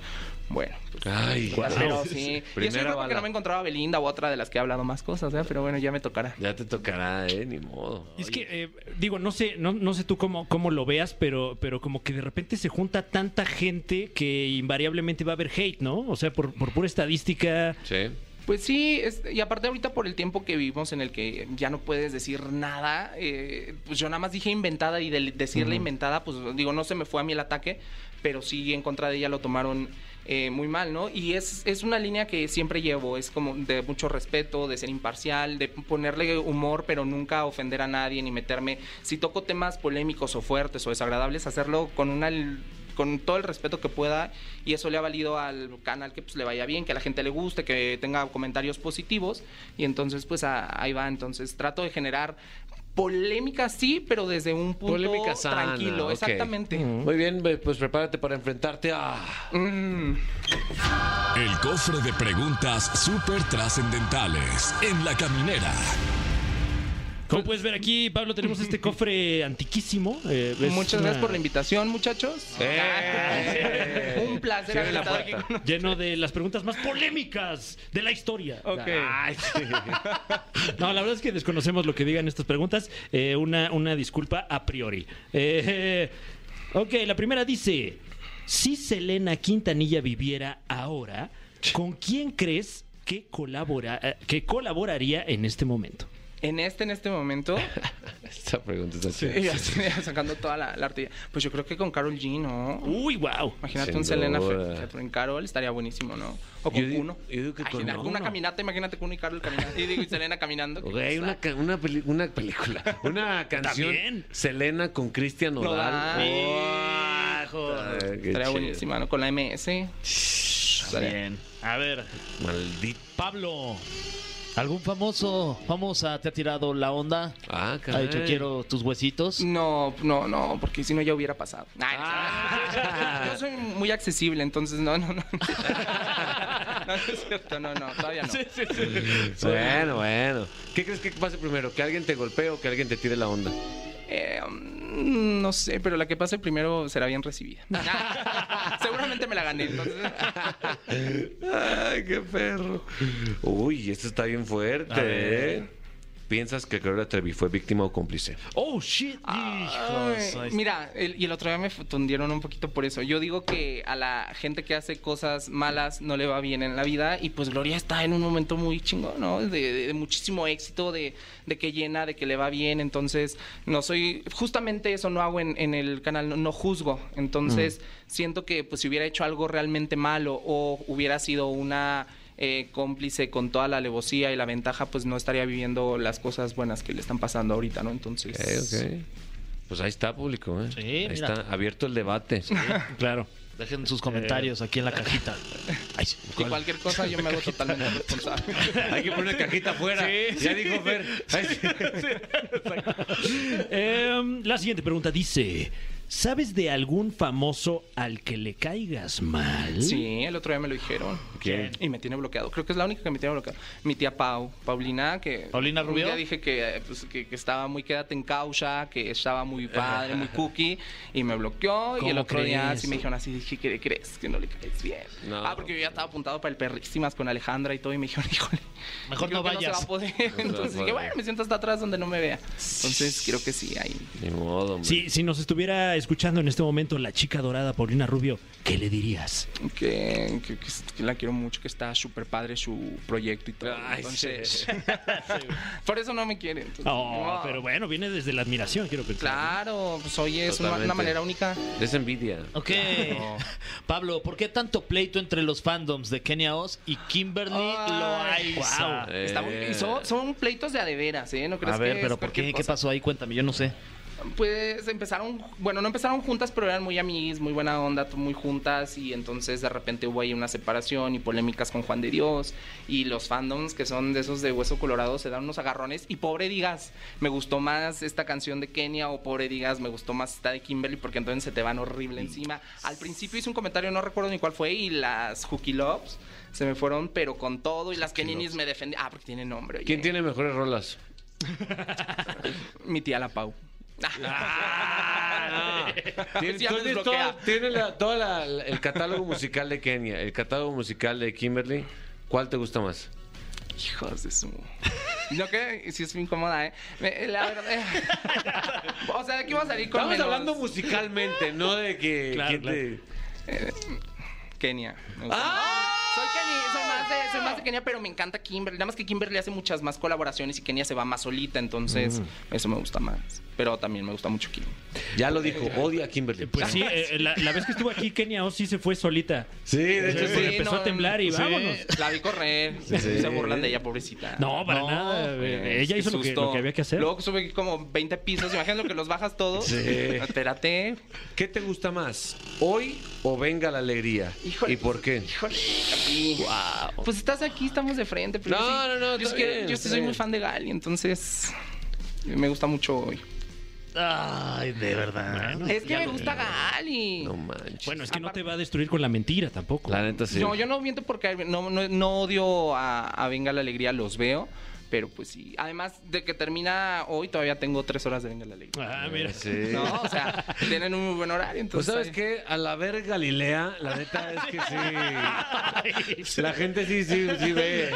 bueno,
Ay,
ya, pero sí. Y eso yo
Primera
creo
bala.
que no me encontraba Belinda u otra de las que he hablado más cosas, ¿eh? pero bueno, ya me tocará.
Ya te tocará, eh, ni modo.
Es que, eh, digo, no sé, no, no sé tú cómo, cómo lo veas, pero, pero como que de repente se junta tanta gente que invariablemente va a haber hate, ¿no? O sea, por, por pura estadística.
Sí.
Pues sí, es- y aparte ahorita por el tiempo que vivimos en el que ya no puedes decir nada, eh, pues yo nada más dije inventada y del decirle inventada, pues digo, no se me fue a mí el ataque, pero sí en contra de ella lo tomaron eh, muy mal, ¿no? Y es, es una línea que siempre llevo, es como de mucho respeto, de ser imparcial, de ponerle humor, pero nunca ofender a nadie ni meterme. Si toco temas polémicos o fuertes o desagradables, hacerlo con una con todo el respeto que pueda y eso le ha valido al canal que pues, le vaya bien, que a la gente le guste, que tenga comentarios positivos y entonces pues a- ahí va, entonces trato de generar polémica sí, pero desde un punto
Polémica sana,
tranquilo,
ok.
exactamente.
Muy bien, ve, pues prepárate para enfrentarte a.
Mm.
El cofre de preguntas súper trascendentales en la caminera.
Como puedes ver aquí, Pablo, tenemos este cofre antiquísimo. eh, es
Muchas gracias
una-
Mm.
por la invitación, muchachos.
¡Eh!
Un placer
Cierre
haber
la
estado
puerta.
aquí con-
Lleno de las preguntas más polémicas de la historia.
Ok.
Ay, sí. No, la verdad es que desconocemos lo que digan estas preguntas. Eh, una, una disculpa a priori. Eh, ok, la primera dice: Si Selena Quintanilla viviera ahora, ¿con quién crees que, colabora, eh, que colaboraría en este momento?
En este, en este momento,
Esta pregunta está
y
chida.
así, sacando toda la, la artilla. Pues yo creo que con Carol G, ¿no?
Uy, wow.
Imagínate
Uh, Sin
un Selena
duda.
Fe- Fe- en Carol, estaría buenísimo, ¿no? O con
Yo di-
Cuno.
yo digo que con
Imagina-
Cuno.
Una caminata, imagínate Cuno y Carol caminando. Y digo, y Selena caminando. que
Güey, una,
está-
ca- una, peli- una película, una canción.
También.
Selena con Cristian Nodal.
Nodal.
What? Ay, qué
Estaría
chido.
buenísima, ¿no? Con la MS. Estaría-
Bien. A ver,
Maldito.
Pablo, ¿algún famoso, famosa te ha tirado la onda?
Ah,
Ha
caray.
dicho, quiero tus huesitos.
No, no, no, porque si no ya hubiera pasado. Ay, no,
Ah.
Yo soy muy accesible, entonces no, no, no. No, no es cierto, no, no, todavía no.
Bueno, bueno. ¿Qué crees que pase primero? ¿Que alguien te golpee o que alguien te tire la onda?
Eh, mm, no sé, pero la que pase primero será bien recibida. Seguramente me la gané, entonces.
Ay, qué perro. Uy, esto está bien
A
fuerte,
ver.
¿eh? ¿Piensas que Gloria Trevi fue víctima o cómplice?
Oh, shit.
Ay, mira, el- y el otro día me fundieron un poquito por eso. Yo digo que a la gente que hace cosas malas no le va bien en la vida y pues Gloria está en un momento muy chingón, ¿no? De, de- de muchísimo éxito, de, de que llena, de que le va bien. Entonces, no soy, justamente eso no hago en, en el canal, no, no juzgo. Entonces,
Mm.
siento que pues si hubiera hecho algo realmente malo o hubiera sido una... eh, cómplice con toda la alevosía y la ventaja, pues no estaría viviendo las cosas buenas que le están pasando ahorita, ¿no? Entonces.
Ok, ok. Pues ahí está, público, ¿eh?
Sí,
ahí
mira.
está, abierto el debate.
Claro.
Dejen sus comentarios aquí en la cajita. Ay,
Y cualquier cosa yo me hago totalmente responsable.
Hay que poner cajita afuera. ya dijo Fer. Ay, sí.
Em, la siguiente pregunta dice: ¿Sabes de algún famoso al que le caigas mal?
Sí, el otro día me lo dijeron.
¿Quién?
Y me tiene bloqueado. Creo que es la única que me tiene bloqueado. Mi tía Pau, Paulina, que.
¿Paulina Rubio?
Ya dije que, eh, pues, que, que estaba muy quédate en causa, que estaba muy padre, muy cookie, y me bloqueó. Y el
¿Cómo
otro día
crees?
sí me dijeron así: dije, ¿qué crees? Que no le caes bien.
No.
Ah, porque yo ya estaba apuntado para el perrísimas con Alejandra y todo, y me dijeron, híjole.
Mejor
creo
no
que
vayas.
se va a poder. Entonces dije,
poder.
bueno, me siento hasta atrás donde no me vea. Entonces creo que sí, ahí.
Ni modo, hombre.
Si, si nos estuviera escuchando en este momento la chica dorada Paulina Rubio, ¿qué le dirías?
que, que- que es- que la quiero mucho, que está súper padre su proyecto y todo.
Ay,
entonces,
sí.
por eso no me quiere. entonces,
Oh,
no.
pero bueno, viene desde la admiración, quiero pensar.
Claro, pues hoy es una, una
Totalmente.
manera única.
Es envidia.
Ok. Pablo, ¿por qué tanto pleito entre los fandoms de Kenia Oz y Kimberly
Ay,
Loaiza?
Ah,
guau.
Está muy- y son, son pleitos de adeveras, ¿eh? ¿No crees
A ver,
que es
pero ¿por qué?
cualquier
¿Qué
cosa?
pasó ahí? Cuéntame, yo no sé.
Pues empezaron, bueno, no empezaron juntas, pero eran muy amigas, muy buena onda, muy juntas. Y entonces de repente hubo ahí una separación y polémicas con Juan de Dios. Y los fandoms que son de esos de hueso colorado se dan unos agarrones. Y pobre Digas, me gustó más esta canción de Kenia o pobre Digas, me gustó más esta de Kimberly porque entonces se te van horrible encima. Al principio hice un comentario, no recuerdo ni cuál fue, y las Hooky Loves se me fueron, pero con todo. Y las Keninis me defendían. Ah, porque tiene nombre. oye.
¿Quién tiene mejores rolas?
Mi tía La Pau.
Tienes,
Ah, Pues Ya me
tienes
desbloquea.
Ah, todo, tienes la- toda la- la- el catálogo musical de Kenia, el catálogo musical de Kimberly. ¿Cuál te gusta más?
Hijos de su. No que si es incómoda, ¿eh? Me- La verdad. O sea, de aquí vamos a salir con
Estamos
menos-
hablando musicalmente, no de que. quién
Claro,
te-
Kenia. Me gusta más. Soy Kenia, soy más, de, soy más de Kenia, pero me encanta Kimberly. Nada más que Kimberly hace muchas más colaboraciones y Kenia se va más solita, entonces eso me gusta más. Pero también me gusta mucho Kimberly.
Ya lo dijo, odia a Kimberly.
Pues sí, eh, la, la vez que estuvo aquí, Kenia Oz sí se fue solita.
Sí, de hecho
Porque
sí.
empezó a temblar y
sí,
vámonos.
La vi correr. Se burlan de ella, pobrecita.
No, para
No,
nada. eh, Ella
Qué
hizo lo que,
susto.
lo que había que hacer.
Luego sube como 20 pisos. Imagínate lo que los bajas todos.
Sí.
Espérate.
¿Qué te gusta más? ¿Hoy o venga la alegría?
Híjole.
¿Y por qué?
Híjole, Capi. Pues estás aquí, estamos de frente. Pero
No,
yo
no, no,
sí- Yo,
está
sí que-
bien,
yo
está
sí soy muy
bien.
fan de Gali, entonces me gusta mucho hoy.
Ay, de verdad.
es que me gusta Gali.
No manches.
Bueno, es que no te va a destruir con la mentira tampoco.
la neta sí.
No, yo no miento porque no, no- no odio a, a Venga la Alegría, los veo. Pero pues sí. Además de que termina hoy, todavía tengo tres horas de Venga la Alegría.
Ah,
Eh,
mira.
sí.
No, o sea, tienen un muy buen horario.
Pues
Entonces,
sabes qué, al haber Galilea, la neta es que sí. La gente sí, sí, sí ve.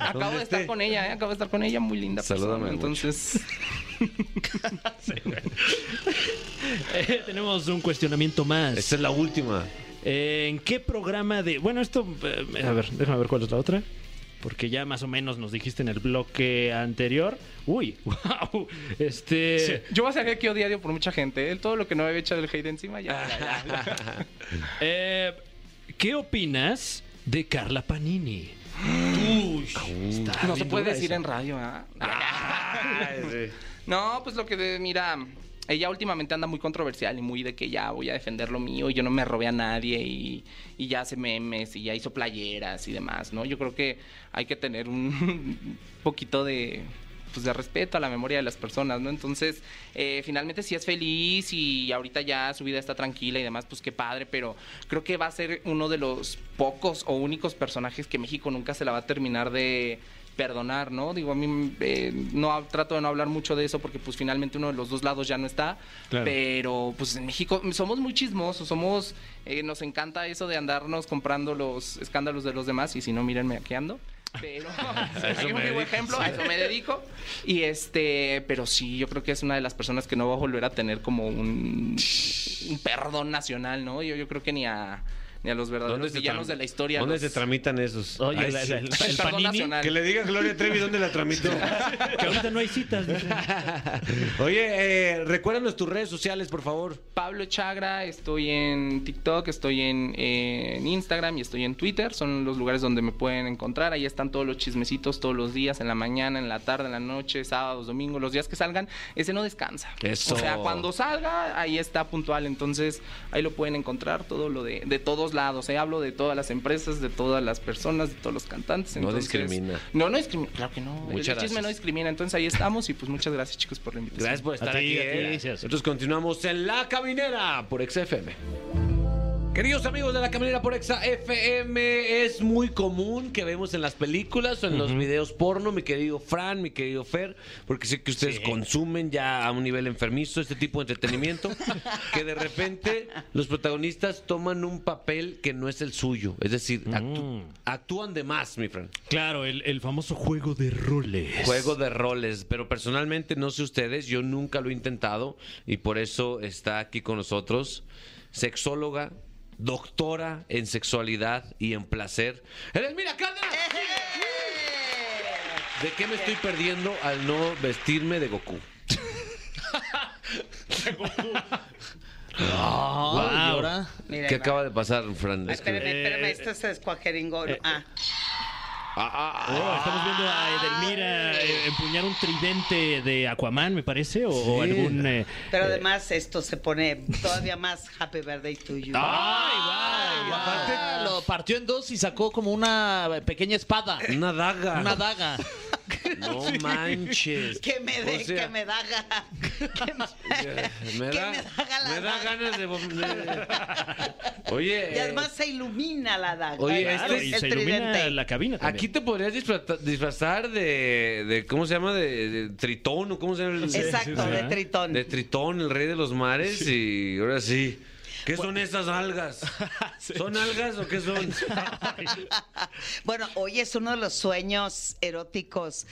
Acabo de estar con ella, ¿eh? Acabo de estar con ella, muy linda.
Salúdame
persona, entonces,
Eh, tenemos un cuestionamiento más.
Esta es la última.
Eh, ¿En qué programa de.? Bueno, esto. eh, a ver, déjame ver cuál es la otra. Porque ya más o menos nos dijiste en el bloque anterior. Uy, wow. Este.
yo voy a salir aquí odiado por mucha gente. ¿eh? Todo lo que no me había echado el hate encima, ya. ya, ya.
eh, ¿Qué opinas de Carla Panini?
No se
bien
puede
dura
decir
esa.
en radio, ¿ah? No, pues lo que de- mira, ella últimamente anda muy controversial y muy de que ya voy a defender lo mío y yo no me robé a nadie y, y ya hace memes y ya hizo playeras y demás, ¿no? Yo creo que hay que tener un poquito de pues de respeto a la memoria de las personas, ¿no? Entonces, eh, finalmente si es feliz y ahorita ya su vida está tranquila y demás, pues qué padre, pero creo que va a ser uno de los pocos o únicos personajes que México nunca se la va a terminar de perdonar, ¿no? Digo, a mí eh, no hab- trato de no hablar mucho de eso porque pues finalmente uno de los dos lados ya no está,
Claro.
pero pues en México somos muy chismosos, somos eh, nos encanta eso de andarnos comprando los escándalos de los demás y si no mírenme aquí ando. Pero hay un vivo ejemplo, a eso me dedico. Y este, pero sí, yo creo que es una de las personas que no va a volver a tener como un, un perdón nacional, ¿no? Yo, yo creo que ni a ni a los verdaderos villanos
tram-
de la historia.
¿Dónde
los-
se tramitan esos?
Oye,
Ay,
la-
sí.
la- el
el perdón
Panini,
nacional.
Que le diga a Gloria Trevi dónde la tramitó.
Que ahorita no hay citas. dice.
Oye, eh, recuérdanos tus redes sociales, por favor.
Pablo Chagra, estoy en TikTok, estoy en, en Instagram y estoy en Twitter. Son los lugares donde me pueden encontrar. Ahí están todos los chismecitos todos los días, en la mañana, en la tarde, en la noche, sábados, domingos, los días que salgan. Ese no descansa.
Eso.
O sea, cuando salga, ahí está puntual. Entonces, ahí lo pueden encontrar todo lo de, de todos lados, ¿eh? hablo de todas las empresas, de todas las personas, de todos los cantantes.
No
entonces-
discrimina.
No, no discrimina, claro que no.
Muchas
el chisme
gracias.
no discrimina, entonces ahí estamos y pues muchas gracias chicos por la invitación.
Gracias por estar
A ti,
aquí.
a ti,
¿eh?
gracias.
Nosotros continuamos en La Caminera por Exa FM. Queridos amigos de La Caminera por Exa FM, es muy común que vemos en las películas o en los videos porno, mi querido Fran, mi querido Fer, porque sé que ustedes consumen ya a un nivel enfermizo este tipo de entretenimiento, que de repente los protagonistas toman un papel que no es el suyo, es decir, actu-
Mm.
actúan de más, mi Fran.
Claro, el, el famoso juego de roles.
Juego de roles, pero personalmente no sé ustedes, yo nunca lo he intentado y por eso está aquí con nosotros, sexóloga, doctora en sexualidad y en placer. ¡Edelmira
¡Eh,
Cárdenas! ¿De qué me estoy perdiendo al no vestirme de Goku?
¿Y ahora?
Mira,
¿Qué
ahí va.
acaba de pasar, Fran? Es que-
Espérame, espérame, esto es
Eh,
escuajeringo. ah,
Ah, ah, ah.
Oh, estamos viendo a Edelmira eh, empuñar un tridente de Aquaman, me parece, o, o algún... eh,
pero además esto se pone todavía más happy birthday to you.
Ah,
¡Ay, guau! Aparte lo partió en dos y sacó como una pequeña espada,
Una daga.
una daga.
No manches.
Que me dé,
O sea, eh,
que me da ga- que me-
me
que
da,
me da ga- la
me da
daga.
ganas de, vom- de- Oye.
Y además se ilumina la daga.
Oye,
Claro,
claro,
este-
y
el
se ilumina
tridente.
la cabina también.
Aquí te podrías disfrata- disfrazar de, de- ¿cómo se llama? De, de tritón o cómo se llama. el-
Exacto,
sí, ¿eh?
de
sí.
tritón.
De tritón, el rey de los mares y ahora sí. ¿Qué son esas algas? ¿Son algas o qué son?
Bueno, hoy es uno de los sueños eróticos.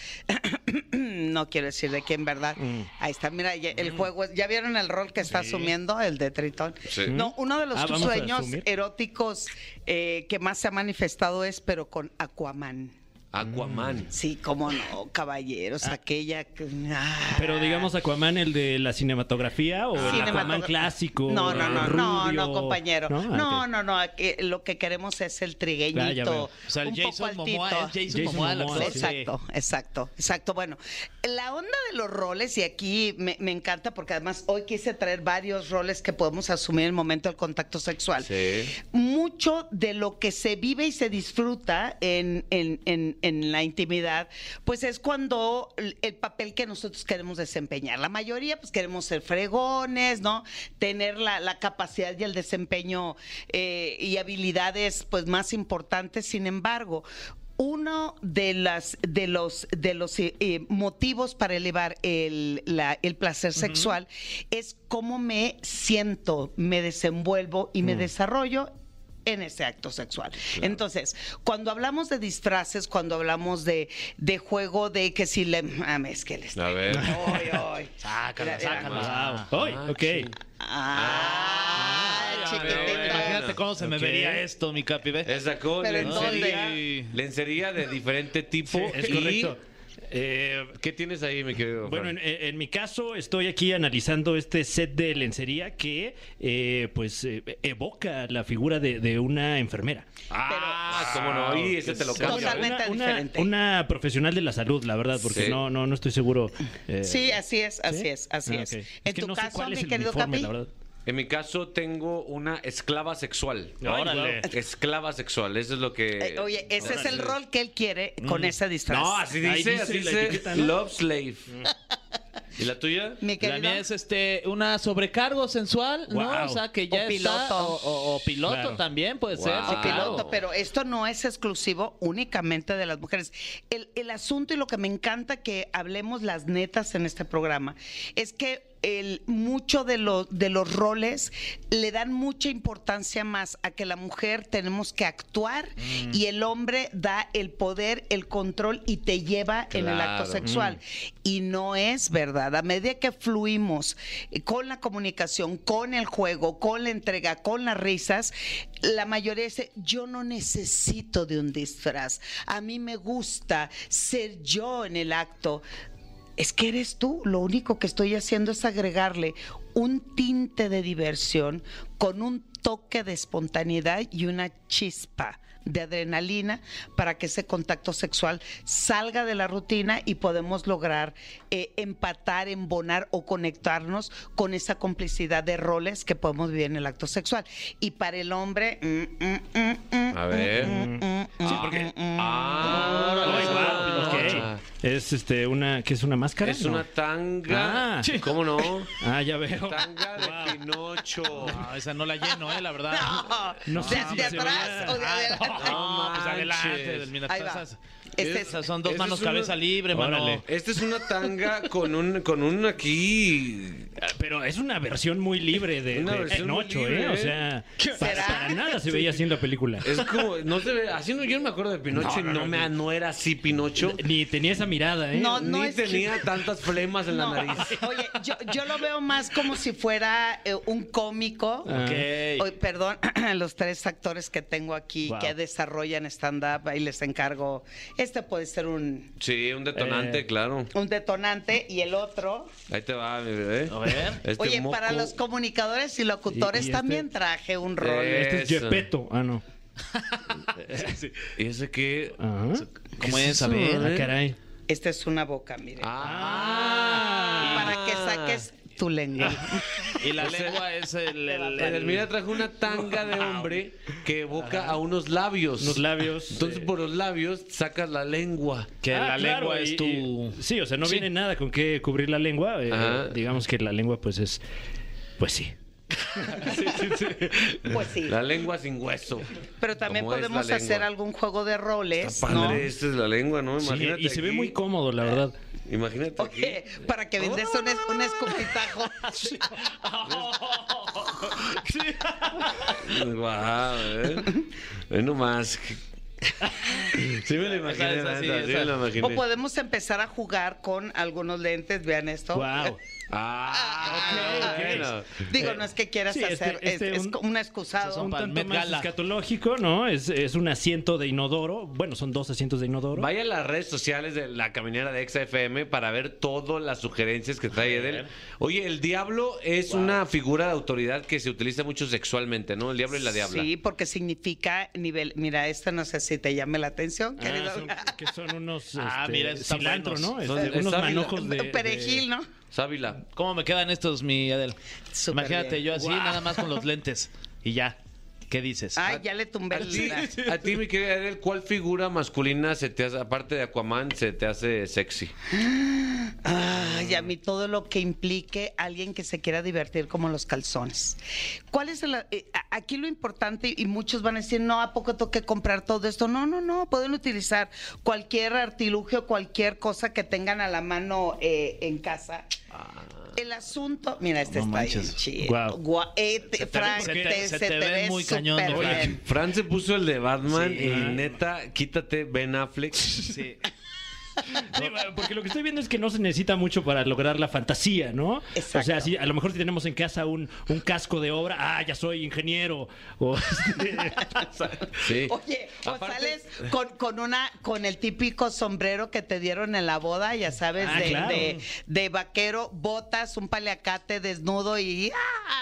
no quiero decir de quién, ¿verdad?
Mm.
Ahí está, mira, ya- el juego. es- ¿Ya vieron el rol que está asumiendo el de Tritón?
Sí.
No, uno de los
Ah, vamos a
sueños
asumir.
eróticos eh, que más se ha manifestado es, pero con Aquaman.
Aquaman.
Sí, cómo no, caballeros, aquella. que- ah.
Pero digamos Aquaman el de la cinematografía o el
Cinematog-
Aquaman clásico.
No, no, no, no,
rubio?
no, compañero. No,
Ah,
no,
ok.
no, aquí lo que queremos es el
Ah, ya
trigueñito.
veo.
O sea, el
un poco
Jason
altito.
Momoa, es Jason,
Jason
Momoa, la
Momoa,
cosa.
sí.
Exacto, exacto, exacto. Bueno, la onda de los roles, y aquí me, me encanta porque además hoy quise traer varios roles que podemos asumir en el momento del contacto sexual.
Sí.
Mucho de lo que se vive y se disfruta en, en- en- en la intimidad, pues es cuando el el papel que nosotros queremos desempeñar. La mayoría, pues queremos ser fregones, ¿no? Tener la, la capacidad y el desempeño eh, y habilidades, pues más importantes. Sin embargo, uno de las de los de los eh, eh, motivos para elevar el, la- el placer sexual es cómo me siento, me desenvuelvo y
Mm.
me desarrollo en ese acto sexual. Entonces, cuando hablamos de disfraces, cuando hablamos de, de juego, de que si le mames es que le
A
estoy.
ver.
Ay, ay.
Sácalo,
Era-
sácalo.
Ah,
Ah,
hoy,
sí.
ok. Ah,
Ay,
Ay,
chiquitín.
hombre, Imagínate cómo se me
Ok.
vería esto, mi capi. ve.
Esa con
Pero ¿en
lencería,
dónde?
lencería de diferente tipo.
Sí, es
y-
correcto.
eh, ¿Qué tienes ahí, mi querido?
Bueno,
Fran?
en, en mi caso estoy aquí analizando este set de lencería que eh, pues eh, evoca la figura de, de una enfermera.
Ah, cómo no. Y ese te lo
Totalmente
cambio. ¿eh?
Una, una-
diferente.
una profesional de la salud, la verdad, porque
Sí.
no, no, no estoy seguro. eh,
Sí, así es, así
¿sí?
es, así
Ah,
es.
ok.
En
que
tu
no sé
caso,
cuál
mi
es el
querido
uniforme,
Capi.
la verdad.
En mi caso tengo una esclava sexual.
Órale.
Esclava sexual, eso es lo que.
Eh, oye, ese es el
Órale.
rol que él quiere con esa disfraz.
No, así
Ahí
dice,
dice
así
la
dice.
etiqueta, ¿no?
Love slave. ¿Y la tuya?
Mi
La
querido.
mía es este, una sobrecargo sensual, ¿no?
Wow.
O sea, que ya está.
O piloto.
O, o- o piloto
Claro.
también puede
Wow.
ser. sí,
O
claro.
piloto, pero esto no es exclusivo únicamente de las mujeres. El, el asunto y lo que me encanta que hablemos las netas en este programa es que el, mucho de, los de los roles le dan mucha importancia más a que la mujer tenemos que actuar y el hombre da el poder, el control y te lleva en el acto
Claro.
sexual. Y no es verdad. A medida que fluimos eh, con la comunicación, con el juego, con la entrega, con las risas, la mayoría dice, yo no necesito de un disfraz. A mí me gusta ser yo en el acto. Es que eres tú, lo único que estoy haciendo es agregarle un tinte de diversión con un toque de espontaneidad y una chispa de adrenalina para que ese contacto sexual salga de la rutina y podemos lograr eh, empatar, embonar o conectarnos con esa complicidad de roles que podemos vivir en el acto sexual. Y para el hombre... mm, mm, mm, mm,
A ver.
mm, mm, mm,
Sí, porque-
mm, mm.
Ay,
Ah,
guau, ok. Es este una que es una máscara.
Es
No.
una tanga.
Ah.
¿Cómo no?
Ah, ya veo.
Tanga de Pinocho.
No, esa no la lleno, eh, la verdad.
No
¿De,
sé si
de
se
atrás
vea.
o de adelante?
No, pues adelante,
manches.
Delmina.
Ahí va.
Esas,
Este es-
esas son dos
Ese
manos
es uno-
cabeza libre, mano.
Órale.
Esta es una tanga con un, con un aquí.
Ah, Pero es una versión muy libre de,
Una
de
versión muy
Pinocho,
libre,
¿eh?
¿eh?
O sea, para,
¿Será?
para nada se veía así en la película.
Es como, no se ve, así no, yo no me acuerdo de Pinocho y no, me, no era así Pinocho.
Ni tenía esa mirada, ¿eh?
No,
ni
es que-
tenía tantas flemas en
No.
la nariz.
Oye, yo, yo lo veo más como si fuera eh, un cómico.
Ah.
Oy, perdón, los tres actores que tengo aquí
Wow.
que desarrollan stand-up, ahí les encargo. Este puede ser un,
Sí, un detonante,
Eh.
claro.
un detonante y el otro.
Ahí te va, mi bebé.
A ver.
Este
Oye, para
moco-
los comunicadores y locutores
Y- y este-
también traje un rol.
Eh.
Este es
Eso.
Gepetto. Ah, no.
¿Y ese qué?
Ajá.
¿Cómo
¿Qué
es?
es
A
eso?
ver.
Ah, caray.
Esta Este es una boca, miren.
Ah.
Para que saques tu lengua.
Y la lengua es el. el- el-
Edelmira Pues trajo una tanga de hombre que evoca a unos labios.
Unos labios.
Entonces,
eh,
por los labios sacas la lengua.
que
Ah,
la
claro,
lengua
y-
es tu.
y- sí, o sea, no
Sí.
viene nada con qué cubrir la lengua. eh,
Ajá.
digamos que la lengua, pues es. Pues sí.
Pues sí.
La lengua sin hueso.
Pero también
Como es la
podemos
lengua.
hacer algún juego de roles,
Está
¿no?
padre, esta es la lengua, ¿no?
Sí,
Imagínate.
y se ve
aquí.
muy cómodo, la verdad.
Imagínate. aquí. Oh,
Oye, para que vendes un, es- un escupitajo.
Guau, ¿eh? Ve nomás. Sí me lo imaginé,
Esa, esa,
la
sí,
neta, sí me
esa.
lo imaginé.
O podemos empezar a jugar con algunos lentes, vean esto.
Wow.
Ah,
Ah,
ok,
ok.
ok.
Digo, no es que quieras
Sí, este-
hacer, es-
este
es,
un-
como un excusado.
Un
para el
tanto
Met
más
Gala.
escatológico, ¿no? Es, es un asiento de inodoro. Bueno, son dos asientos de inodoro.
Vaya a las redes sociales de la caminera de XFM para ver todas las sugerencias que trae Edel. Oye, el diablo es una figura de autoridad que se utiliza mucho sexualmente, ¿no? El diablo y la diabla.
Sí, porque significa nivel. Mira, esto no sé si te llame la atención,
Ah,
querido.
son- que son unos
Ah,
este,
mira, esos están
cilantro,
buenos.
¿no? Este,
Son-
unos
está-
manojos de,
Perejil, ¿no?
Sábila.
¿Cómo me quedan estos, mi Adel?
Súper
Imagínate
bien.
yo así, nada más con los lentes. Y ya. ¿Qué dices?
Ay, ya le tumbé
Ah,
A
el...
ti, a ti, mi querida Edel, ¿cuál figura masculina se te hace, aparte de Aquaman, se te hace sexy?
Ay, a mí todo lo que implique alguien que se quiera divertir como los calzones. ¿Cuál es el, eh, a- aquí lo importante? Y muchos van a decir, no, ¿a poco tengo que comprar todo esto? No, no, no, pueden utilizar cualquier artilugio, cualquier cosa que tengan a la mano eh, en casa. El asunto, mira, este
Ah. No
está
manches.
bien chido.
Guau.
Guau, eh, te-
Se te-
Frank,
se te-
te-
se
se
te
te
ve
ve
muy cañón,
súper
oye.
bien.
Fran se puso el de Batman
Sí.
y neta, quítate Ben Affleck.
Sí.
Sí, bueno, porque lo que estoy viendo es que no se necesita mucho para lograr la fantasía, ¿no?
Exacto.
O sea, si a lo mejor si tenemos en casa un, un casco de obra, ah, ya soy ingeniero. O este,
Sí.
Oye, o
Aparte-
sales con, con una, con el típico sombrero que te dieron en la boda, ya sabes,
Ah,
de,
claro.
de- de vaquero, botas, un paliacate desnudo y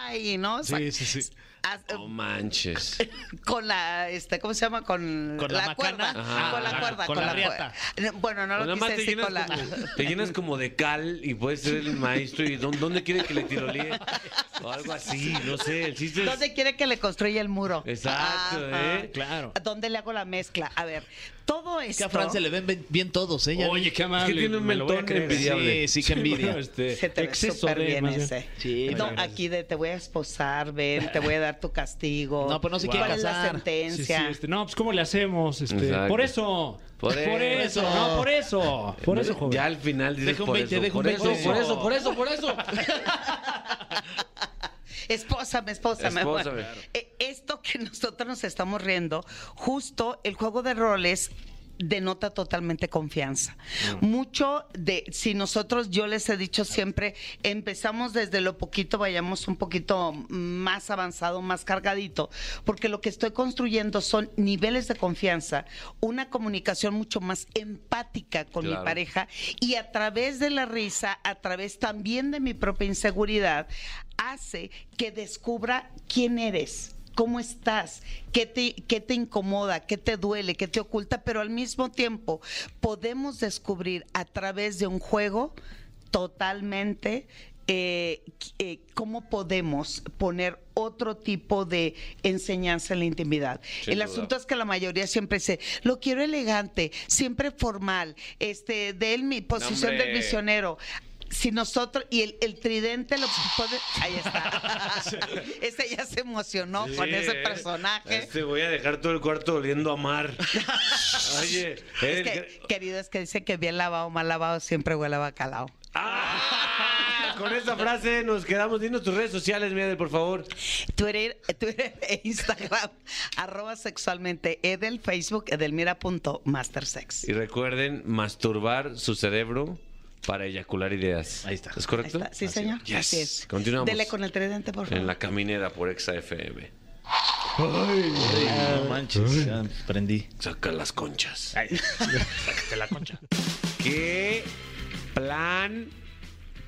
ay, ¿no? O sea,
Sí, sí, Oh, sí.
haz-
No manches.
con la este, ¿cómo se llama? Con,
¿Con la
cuerda.
macana? Ajá.
con la cuerda,
Con la
con, la
riata. Pues
cuerda. Bueno, no lo
Nada más
quise
te
decir
llenas,
con la
como, te llenas como de cal y puedes ser el maestro y ¿dó- ¿dónde quiere que le tirolee? O algo así, no sé. El chiste es-
¿Dónde quiere que le construya el muro?
Exacto,
Ajá.
¿eh?
claro.
¿Dónde le hago la mezcla? A ver, todo
Es que
esto
a Fran se le ven bien, bien todos, ¿eh? Ya
Oye,
vi.
qué amable.
tiene un
me lo voy a
mentón
creer.
envidiable.
Sí, sí, qué envidia.
bueno, este,
Se te ve
exceso
súper
de,
bien
más bien.
ese.
Sí,
no,
gracias.
aquí de te voy a esposar, ven, te voy a dar tu castigo.
No, pues no se
¿Cuál
quiere
es la
casar.
Sí,
sentencia?
sí, este, no, pues ¿cómo le hacemos? Este,
Exacto.
por eso.
Por
eso.
eso.
No, por eso. Por eso, joven.
Ya al final dices
Deja un
por
20,
eso,
deja un
por eso,
20.
por eso, por eso, por eso.
Espósame, espósame. Bueno,
Espósame.
eh, esto que nosotros nos estamos riendo, justo el juego de roles denota totalmente confianza. Mucho de, si nosotros, yo les he dicho siempre, empezamos desde lo poquito, vayamos un poquito más avanzado, más cargadito, porque lo que estoy construyendo son niveles de confianza, una comunicación mucho más empática con mi
Claro.
pareja, pareja, y a través de la risa, a través también de mi propia inseguridad, hace que descubra quién eres. ¿Cómo estás? ¿Qué te, ¿Qué te incomoda? ¿Qué te duele? ¿Qué te oculta? Pero al mismo tiempo podemos descubrir a través de un juego totalmente eh, eh, cómo podemos poner otro tipo de enseñanza en la intimidad.
Sin
el
duda.
asunto es que la mayoría siempre dice, lo quiero elegante, siempre formal, este, de él mi posición
hombre.
del misionero. Si nosotros, y el, el tridente lo puede. Ahí está. Este ya se emocionó con
Sí,
ese
eh.
personaje.
Este voy a dejar todo el cuarto oliendo a mar. Oye,
Es
el-
que, querido, es que dice que bien lavado, mal lavado, siempre huele a bacalao.
¡Ah! Con esa frase nos quedamos. Dinos tus redes sociales, Miedel, por favor.
Twitter, Twitter e Instagram, arroba sexualmente Edel, Facebook, e edelmira.mastersex.
Y recuerden masturbar su cerebro para eyacular ideas.
Ahí está.
¿Es
Ahí
correcto?
está. Sí, señor.
Yes.
Así es.
Continuamos.
Dele con el tridente, por favor.
En la caminera por Exa FM.
No manches, ya aprendí.
Saca las conchas.
Ay, sácate la concha.
¿Qué plan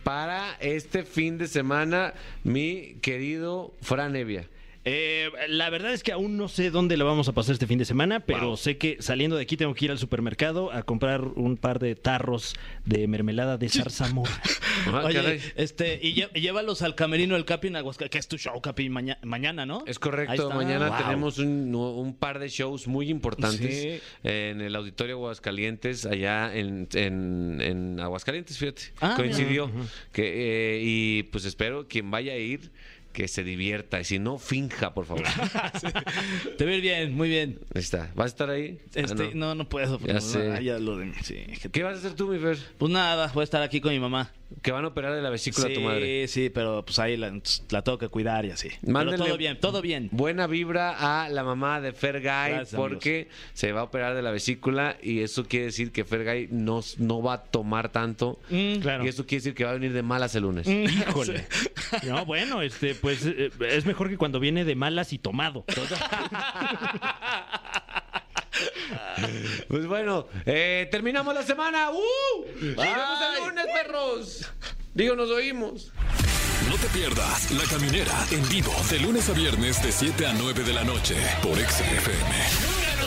para este fin de semana, mi querido Fran Evia?
Eh, la verdad es que aún no sé dónde la vamos a pasar este fin de semana, pero sé que saliendo de aquí tengo que ir al supermercado a comprar un par de tarros de mermelada de zarzamora.
Ah,
Oye,
caray.
este, y lle- llévalos al camerino del Capi en Aguasca, que es tu show, Capi, maña- mañana, ¿no?
Es
Ahí
correcto,
está.
mañana
Wow.
tenemos un, un par de shows muy importantes
Sí.
en el Auditorio Aguascalientes, allá en, en- en Aguascalientes, fíjate.
Ah,
Coincidió. que, eh, y pues espero quien vaya a ir que se divierta. Y si no, finja, por favor. Ahí
Ah, Te ves bien, muy bien.
está. ¿Vas a estar ahí? Ah,
Este,
no.
no. no, puedo.
Ya
no,
sé.
ah, ya lo de mí, sí, que-
¿Qué vas a hacer tú, mi Fer?
Pues nada, voy a estar aquí con mi mamá.
Que van a operar de la vesícula a tu madre.
Sí, sí, pero pues ahí la, la tengo que cuidar y así.
Mándenle-
Pero todo bien, todo bien.
Buena vibra a la mamá de Fergay
Gracias,
porque se va a operar de la vesícula y eso quiere decir que Fergay no, no va a tomar tanto.
Mm.
Claro.
Y eso quiere decir que va a venir de malas el lunes.
Eh, Híjole. No, bueno, este, pues eh, es mejor que cuando viene de malas y tomado.
Pues bueno, eh, terminamos la semana. ¡Uh! Nos vemos el lunes, perros! Digo, nos oímos.
No te pierdas La Caminera en vivo de lunes a viernes de 7 a 9 de la noche por Exa FM.